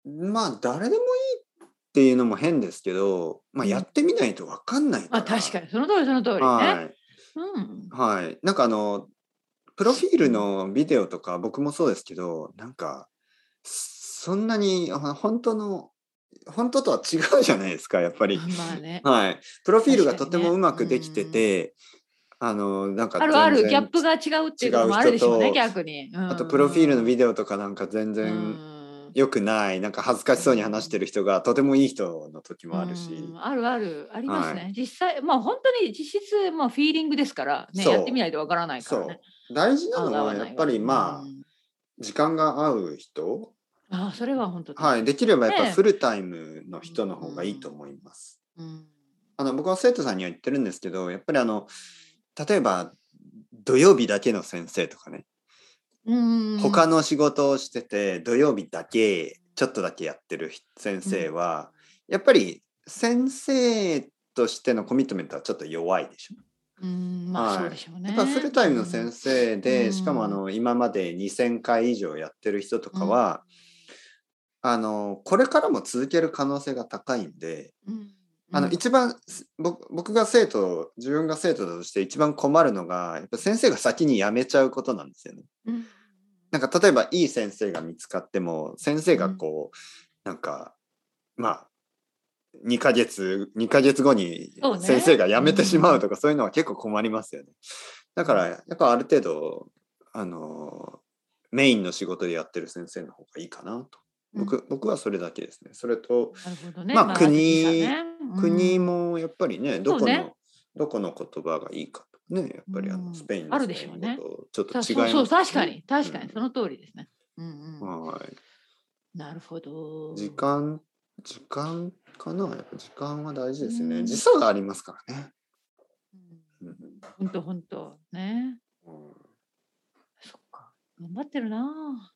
Speaker 2: うまあ誰でもいいっていうのも変ですけど、まあ、やってみないと分かんないから
Speaker 1: あ確かにその通りその通りね、
Speaker 2: はい
Speaker 1: うん
Speaker 2: はい、なんかあのプロフィールのビデオとか僕もそうですけどなんかそんなにあ本当の本当とは違うじゃないですかやっぱり、
Speaker 1: まあね
Speaker 2: はい、プロフィールが
Speaker 1: 確か
Speaker 2: と
Speaker 1: にね
Speaker 2: てもうまくできてて、あのなんか
Speaker 1: あるある
Speaker 2: 全
Speaker 1: ギャ
Speaker 2: 然
Speaker 1: ップが違うっていうこともあるでしょうね
Speaker 2: 違う人と
Speaker 1: 逆に、うん
Speaker 2: あとプロフィールのビデオとかなんか全
Speaker 1: う
Speaker 2: 然
Speaker 1: ん
Speaker 2: 良くない、なんか恥ずかしそうに話してる人がとてもいい人の時もあるし、
Speaker 1: うんあるあるありますね、実際まあ本当に実質まあフィーリングですからね
Speaker 2: そう
Speaker 1: やってみないとわからないか
Speaker 2: そ
Speaker 1: ら
Speaker 2: う
Speaker 1: ね
Speaker 2: 大事な
Speaker 1: 合う合
Speaker 2: の
Speaker 1: わな
Speaker 2: は
Speaker 1: い
Speaker 2: や
Speaker 1: は
Speaker 2: っぱり
Speaker 1: う
Speaker 2: まあ
Speaker 1: ん
Speaker 2: 時間が合う人
Speaker 1: ああそれは本当だ
Speaker 2: はい、できればやっ
Speaker 1: ね
Speaker 2: ぱフルタイムの人の方がいいと思います。
Speaker 1: うん
Speaker 2: あの僕は生徒さんには言ってるんですけどやっぱりあの例えば土曜日だけの先生とかね、
Speaker 1: うん
Speaker 2: 他の仕事をしてて土曜日だけちょっとだけやってる先生は、やっぱり先生としてのコミットメントはちょっと弱いでしょ。
Speaker 1: うんまあ
Speaker 2: はい
Speaker 1: そうでしょうね、
Speaker 2: やっぱフルタイムの先生で、
Speaker 1: うん
Speaker 2: しかもあの今まで2,000回以上やってる人とかは、あのこれからも続ける可能性が高いんで、
Speaker 1: うん
Speaker 2: あの
Speaker 1: うん
Speaker 2: 一番す僕僕が生徒自分が生徒だとして一番困るのがやっぱ先生が先に辞めちゃうことなんですよね。
Speaker 1: うん
Speaker 2: なんか例えばいい先生が見つかっても先生がこう、なんかまあ2ヶ月2ヶ月後に
Speaker 1: そうね
Speaker 2: 先生が辞めてしまうとかそういうのは結構困りますよね。だからやっぱある程度あのメインの仕事でやってる先生の方がいいかなと僕,、僕はそれだけですね。それと
Speaker 1: なるほどね、
Speaker 2: まあ
Speaker 1: ラテン
Speaker 2: 国
Speaker 1: さねうん
Speaker 2: 国もやっぱりね、どこ
Speaker 1: そう
Speaker 2: の、
Speaker 1: ね
Speaker 2: どこの言葉がいいかとかねやっぱりあ
Speaker 1: うん
Speaker 2: のスペイン
Speaker 1: あ
Speaker 2: の
Speaker 1: るで
Speaker 2: スペ
Speaker 1: し
Speaker 2: イ
Speaker 1: ょう
Speaker 2: ン
Speaker 1: ね
Speaker 2: 語とちょっと
Speaker 1: そう
Speaker 2: 違います
Speaker 1: そうそう確かに確か
Speaker 2: う
Speaker 1: に
Speaker 2: ん
Speaker 1: その通りですね。うんうん、
Speaker 2: は
Speaker 1: なるほど。
Speaker 2: い時間時間かなやっぱ時間は大事ですよ
Speaker 1: う
Speaker 2: ね
Speaker 1: ん
Speaker 2: 時差がありますからね、うん
Speaker 1: 本当本当ね。
Speaker 2: うん
Speaker 1: そっか頑張ってるなあ。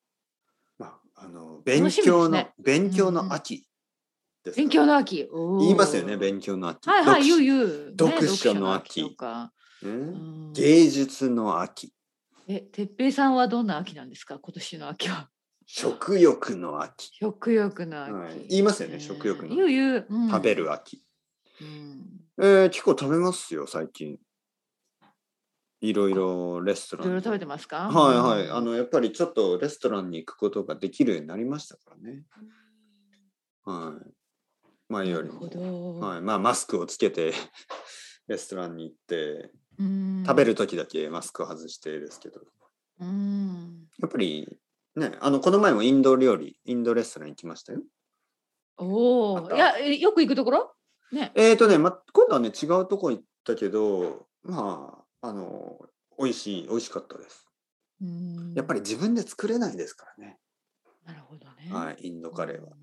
Speaker 2: まああの勉
Speaker 1: 楽しみですね
Speaker 2: 強の、勉強の秋ですか
Speaker 1: 勉強の秋。おー
Speaker 2: 言いますよね勉強の秋
Speaker 1: はいはい言う
Speaker 2: 読
Speaker 1: 言う。ね
Speaker 2: 読書の秋
Speaker 1: 読書とか。
Speaker 2: 書ね
Speaker 1: うん
Speaker 2: 芸術の秋
Speaker 1: え哲平さんはどんな秋なんですか今年の秋は。
Speaker 2: 食欲の秋、
Speaker 1: 食欲の秋。
Speaker 2: はい、言いますよね食欲の
Speaker 1: 言う
Speaker 2: 秋
Speaker 1: 言う。うん
Speaker 2: 食べ。る秋
Speaker 1: うん
Speaker 2: えー、結構食べますよ最近いろいろレスト
Speaker 1: い
Speaker 2: ラン
Speaker 1: ろいろ食べ
Speaker 2: て
Speaker 1: てますか。
Speaker 2: はいはいあ
Speaker 1: うん
Speaker 2: のやっぱりちょっとレストランに行くことができるようになりましたからねはい前
Speaker 1: な
Speaker 2: より
Speaker 1: るほ
Speaker 2: も、
Speaker 1: ど。
Speaker 2: はい、まあマスクをつけて レストランに行って
Speaker 1: うん
Speaker 2: 食べる時だけマスクを外してですけど
Speaker 1: うん。
Speaker 2: やっぱりねあのこの前もインド料理インドレストラン行きましたよ
Speaker 1: お
Speaker 2: ま
Speaker 1: お。
Speaker 2: た
Speaker 1: いや、えよく行くところね。
Speaker 2: えーとね、ま、今度はね違うとこ行ったけどまああの美味しい美味しかったですやっぱ
Speaker 1: り。
Speaker 2: り自分で作れないですからね、
Speaker 1: なるほどね。。
Speaker 2: はいい、インドカレーは。。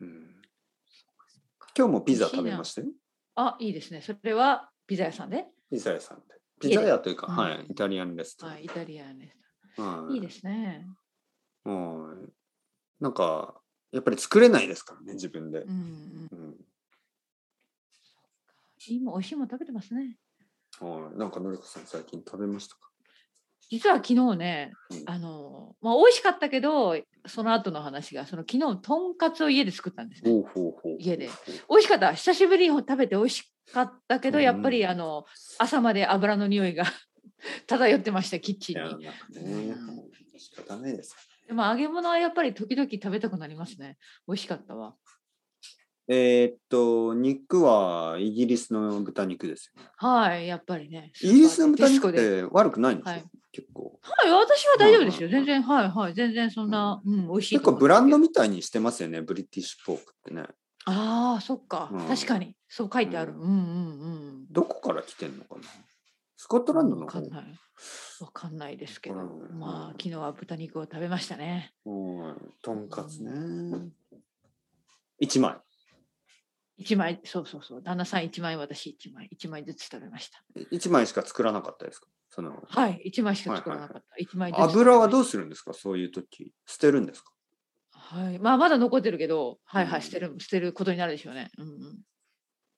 Speaker 2: う
Speaker 1: 今
Speaker 2: ん、
Speaker 1: 日。
Speaker 2: 今日もピザ食べましたよ、
Speaker 1: あ、いいですね。それはピザ屋さんで。
Speaker 2: ピザ屋さんで。ピザ屋というか、
Speaker 1: うん
Speaker 2: はい、イタリアンレストラ
Speaker 1: はい、イタリアンです。
Speaker 2: ン。はい
Speaker 1: いいですね。
Speaker 2: はいなんか、やっぱり作れないですからね、自分で
Speaker 1: う。んうん。
Speaker 2: うん
Speaker 1: 今美味しいもの食べてますね。
Speaker 2: はいなんか、のりこさん、最近食べましたか
Speaker 1: 実は昨日ね
Speaker 2: うん、
Speaker 1: あの、まあ、美味しかったけど、その後の話が、その昨日とんかつを家で作ったんですね。
Speaker 2: ほうほうほう。
Speaker 1: 家で美味しかった久しぶりに食べて美味しかったけど、
Speaker 2: うん
Speaker 1: やっぱりあの朝まで油の匂いが 漂ってましたキッチ
Speaker 2: い
Speaker 1: ン
Speaker 2: や、なん
Speaker 1: に
Speaker 2: かね
Speaker 1: う、
Speaker 2: 仕方ないです。
Speaker 1: でも揚げ物はやっぱり時々食べたくなりますね美味しかったわ
Speaker 2: えーっと、肉はイギリスの豚肉ですよね。
Speaker 1: はいやっぱりね
Speaker 2: イギリスの豚
Speaker 1: テスコ
Speaker 2: 肉っ
Speaker 1: で
Speaker 2: て悪くないんですよ、
Speaker 1: はい
Speaker 2: 結構。
Speaker 1: はい私は大丈夫ですよ
Speaker 2: うんうんう
Speaker 1: 全然
Speaker 2: ん
Speaker 1: はいはい全然そんな、うん、美味しいと
Speaker 2: 結構
Speaker 1: 思う
Speaker 2: ブランドみたいにしてますよね、ブリティッシュポークってね。
Speaker 1: ああそっか、
Speaker 2: うん
Speaker 1: 確かにそう書いてある、う、
Speaker 2: うんん
Speaker 1: うんうん
Speaker 2: どこから来てんのかなスコットランドの
Speaker 1: わか
Speaker 2: 方
Speaker 1: んないわかんないですけど、
Speaker 2: うん
Speaker 1: まあ昨日は豚肉を食べましたね
Speaker 2: うんとんかつね。1枚。
Speaker 1: 一枚、そうそうそう、旦那さん一枚、私一枚、一枚ずつ食べました。
Speaker 2: 一枚しか作らなかったですかその、
Speaker 1: はい、一枚しか作らなかった。一、枚ずつ食べました。
Speaker 2: 油はどうするんですかそういう時捨てるんですか
Speaker 1: はい、まあ、まだ残ってるけど、はいは
Speaker 2: う
Speaker 1: い、
Speaker 2: ん
Speaker 1: 捨てる、捨てることになるでしょうね。うんうん。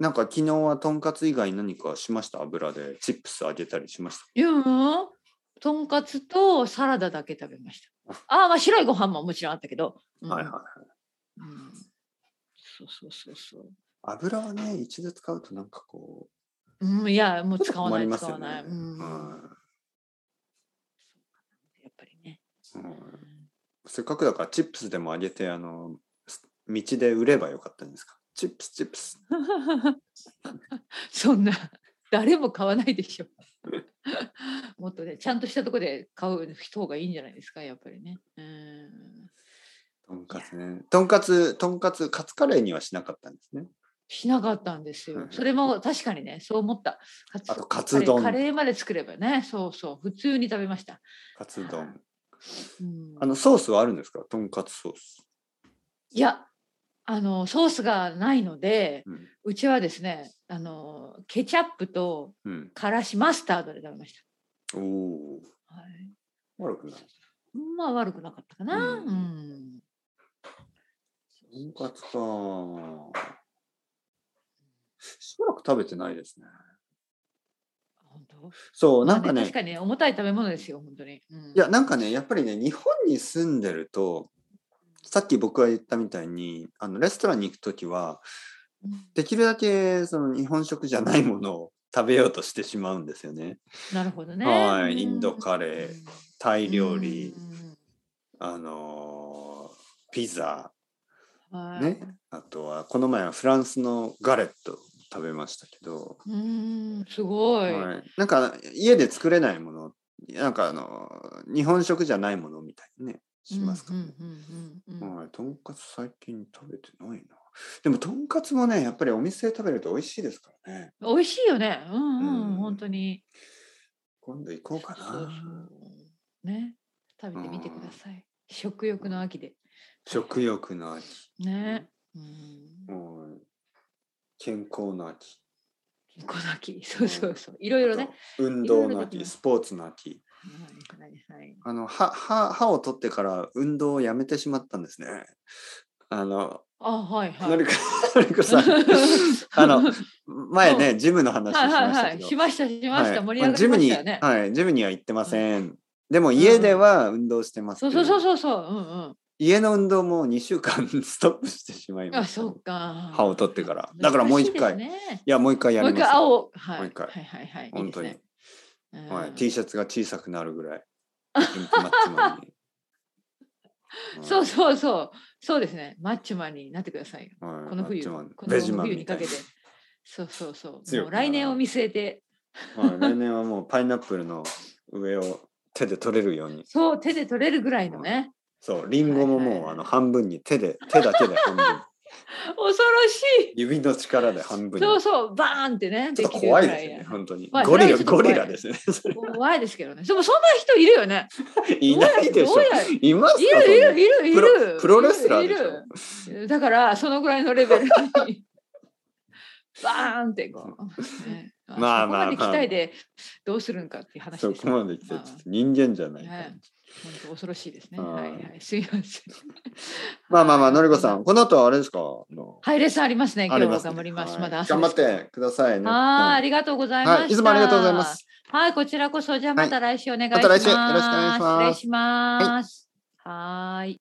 Speaker 2: なんか昨日はとんかつ以外何かしました油でチップスあげたりしまし
Speaker 1: ゆうもとんかつとサラダだけ食べました。ああ、まあ、白いご飯ももちろんあったけど。う
Speaker 2: た、
Speaker 1: ん
Speaker 2: はいはい
Speaker 1: うんそうそうそうそう。
Speaker 2: 油はね一度使うとなんかこ
Speaker 1: うん、いや、もう
Speaker 2: う
Speaker 1: 使わない、
Speaker 2: 困りま
Speaker 1: 使
Speaker 2: すよ
Speaker 1: わ
Speaker 2: ね
Speaker 1: ない。うん、やっぱりね。
Speaker 2: うんうんせっかくだからチップスでもあげてあのす道で売ればよかったんですかチップスチップス
Speaker 1: そんな、誰も買わないでしょ。もっとね、ちゃんとしたとこで買う人がいいんじゃないですか、やっぱりね。うん。
Speaker 2: とんかつねとんかつとんかつカツカレーにはしなかったんですね
Speaker 1: しなかったんです
Speaker 2: はい
Speaker 1: よ
Speaker 2: は。い
Speaker 1: それも確かにね、そう思った。カツ
Speaker 2: あとカツ丼
Speaker 1: カレーカレーまで作ればね、そうそう、普通に食べました。
Speaker 2: カツ丼
Speaker 1: うん
Speaker 2: あのソースはあるんですかとんかつソース、
Speaker 1: いや、あのソースがないので、
Speaker 2: うん
Speaker 1: うちはですね、あのケチャップと
Speaker 2: うん、
Speaker 1: からしマスタードで食べまし
Speaker 2: おお
Speaker 1: た。はい、
Speaker 2: 悪くない
Speaker 1: まあ悪くなかったかな。
Speaker 2: う
Speaker 1: うんん。
Speaker 2: とんかつかしばらく食べてないですね
Speaker 1: 本当。
Speaker 2: そうなんか
Speaker 1: まあ
Speaker 2: ね
Speaker 1: 確かにね重たい食べ物ですよ本当に。うん、
Speaker 2: いやなんかねやっぱりね日本に住んでるとさっき僕が言ったみたいにあのレストランに行く時は
Speaker 1: うん
Speaker 2: できるだけその日本食じゃないものを食べようとしてしまうんですよね。
Speaker 1: なるほどね。
Speaker 2: は
Speaker 1: うん
Speaker 2: い、インドカレー、タイ料理、。
Speaker 1: うん
Speaker 2: あのーピザ、
Speaker 1: はい。
Speaker 2: ね。あとはこの前はフランスのガレット食べましたけど、
Speaker 1: うんすごい。
Speaker 2: はい、なんか家で作れないもの、なんかあのー日本食じゃないものみたいにねしますからね。
Speaker 1: うんうんうんうんうん
Speaker 2: はい、とんかつ最近食べてないな。でもとんかつもね、やっぱりお店で食べると美味しいですからね。
Speaker 1: 美味しいよね。うんうん、
Speaker 2: うん
Speaker 1: 本当に。
Speaker 2: 今度行こうか
Speaker 1: そうそう
Speaker 2: な。
Speaker 1: そうね食べてみてください、食欲の秋で
Speaker 2: 食欲の秋、
Speaker 1: ねうん
Speaker 2: はい健康の秋、
Speaker 1: 健康の秋そうそうそういろいろね
Speaker 2: あと運
Speaker 1: い
Speaker 2: 動
Speaker 1: ろい
Speaker 2: の
Speaker 1: ろでき
Speaker 2: 秋、
Speaker 1: ます
Speaker 2: スポーツの秋。
Speaker 1: はいはいはい
Speaker 2: あの歯歯歯を取ってから運動をやめてしまったんですね。あの、
Speaker 1: あはいはい
Speaker 2: のりこ のり こさん、あの前ね、ジムの話をし
Speaker 1: は
Speaker 2: ま
Speaker 1: いはい
Speaker 2: し
Speaker 1: は
Speaker 2: たけ
Speaker 1: い
Speaker 2: ど
Speaker 1: し、ましたしました、
Speaker 2: はい
Speaker 1: 盛り上がりましたよね、
Speaker 2: ジムに、はい、ジムには行ってません。でも家では運動してます
Speaker 1: そ
Speaker 2: け
Speaker 1: う
Speaker 2: ど、
Speaker 1: そうそうそうそううん
Speaker 2: 家の運動も2週間 ストップしてしまい
Speaker 1: うん
Speaker 2: ま
Speaker 1: あ
Speaker 2: した
Speaker 1: そ
Speaker 2: ね。
Speaker 1: うか
Speaker 2: 歯を取ってからだからもう一回
Speaker 1: 難しいですね
Speaker 2: いや、もう一回や
Speaker 1: もう
Speaker 2: り
Speaker 1: 一
Speaker 2: ます
Speaker 1: 回
Speaker 2: よ。
Speaker 1: 青はい
Speaker 2: もう一回
Speaker 1: はいはいはい
Speaker 2: 本当に
Speaker 1: いいですね
Speaker 2: は
Speaker 1: う
Speaker 2: い、
Speaker 1: ん
Speaker 2: T シャツが小さくなるぐらい。 元気マッチマンにはい
Speaker 1: そうそうそうそうですねマッチョマンになってくださいよ
Speaker 2: はい
Speaker 1: この冬、
Speaker 2: マッチマン
Speaker 1: こ
Speaker 2: ベジ
Speaker 1: の
Speaker 2: マン
Speaker 1: 冬
Speaker 2: み
Speaker 1: に
Speaker 2: た
Speaker 1: か
Speaker 2: い
Speaker 1: け
Speaker 2: に
Speaker 1: て。そうそうそう。
Speaker 2: 強
Speaker 1: も
Speaker 2: く
Speaker 1: う
Speaker 2: ならない
Speaker 1: 来年を見据えて、
Speaker 2: はい来年はもうパイナップルの上を手で取れるように。
Speaker 1: そう手で取れるぐらいのね。
Speaker 2: そう、リンゴも
Speaker 1: はい
Speaker 2: もう
Speaker 1: はい
Speaker 2: あの半分に手で、手だけで半分。
Speaker 1: 恐ろしい。
Speaker 2: 指の力で半分に。
Speaker 1: そうそうバーンってね。
Speaker 2: ちょっと
Speaker 1: できるぐら
Speaker 2: 怖いですよね、
Speaker 1: や
Speaker 2: 本当に
Speaker 1: ま。あ
Speaker 2: ゴリラ、
Speaker 1: ちょっと
Speaker 2: ゴ
Speaker 1: 怖い
Speaker 2: リラですね。それ
Speaker 1: 怖いですけどね。でもそんな人いるよね。
Speaker 2: いないでし
Speaker 1: ど
Speaker 2: ょ
Speaker 1: う。やい
Speaker 2: いますかそん
Speaker 1: る
Speaker 2: ない
Speaker 1: るいるい
Speaker 2: プロ
Speaker 1: る。
Speaker 2: プロレスラーでし
Speaker 1: い
Speaker 2: ょ
Speaker 1: る。だからそのぐらいのレベルに。バーンってこう、ね
Speaker 2: まあま
Speaker 1: そこま
Speaker 2: あ
Speaker 1: で期待でどうするんかっていう話
Speaker 2: そ
Speaker 1: です
Speaker 2: こまで来て、ちょ
Speaker 1: まあ
Speaker 2: っと人間じゃないか
Speaker 1: は
Speaker 2: ら
Speaker 1: い。本当恐ろしいですね。
Speaker 2: は
Speaker 1: はいいはい、すいません。
Speaker 2: まあまあまあ、のりこさ
Speaker 1: は
Speaker 2: ん、
Speaker 1: い。
Speaker 2: この後はあれですか。あの
Speaker 1: はい、レッスンありますね。今
Speaker 2: あ
Speaker 1: 日
Speaker 2: り
Speaker 1: は
Speaker 2: ますね
Speaker 1: 頑張ります。
Speaker 2: はい
Speaker 1: まだ朝
Speaker 2: 頑
Speaker 1: で
Speaker 2: 張っ
Speaker 1: すから
Speaker 2: てくださいね。
Speaker 1: は
Speaker 2: は
Speaker 1: い、
Speaker 2: い
Speaker 1: ありがとうございました。
Speaker 2: はい、いつもありがとうございます。。
Speaker 1: はい、こちらこそ、じゃあまた来週お願いし
Speaker 2: ま
Speaker 1: ます。
Speaker 2: た来週よろしくお願いしま
Speaker 1: 失
Speaker 2: す
Speaker 1: 礼します。はーい。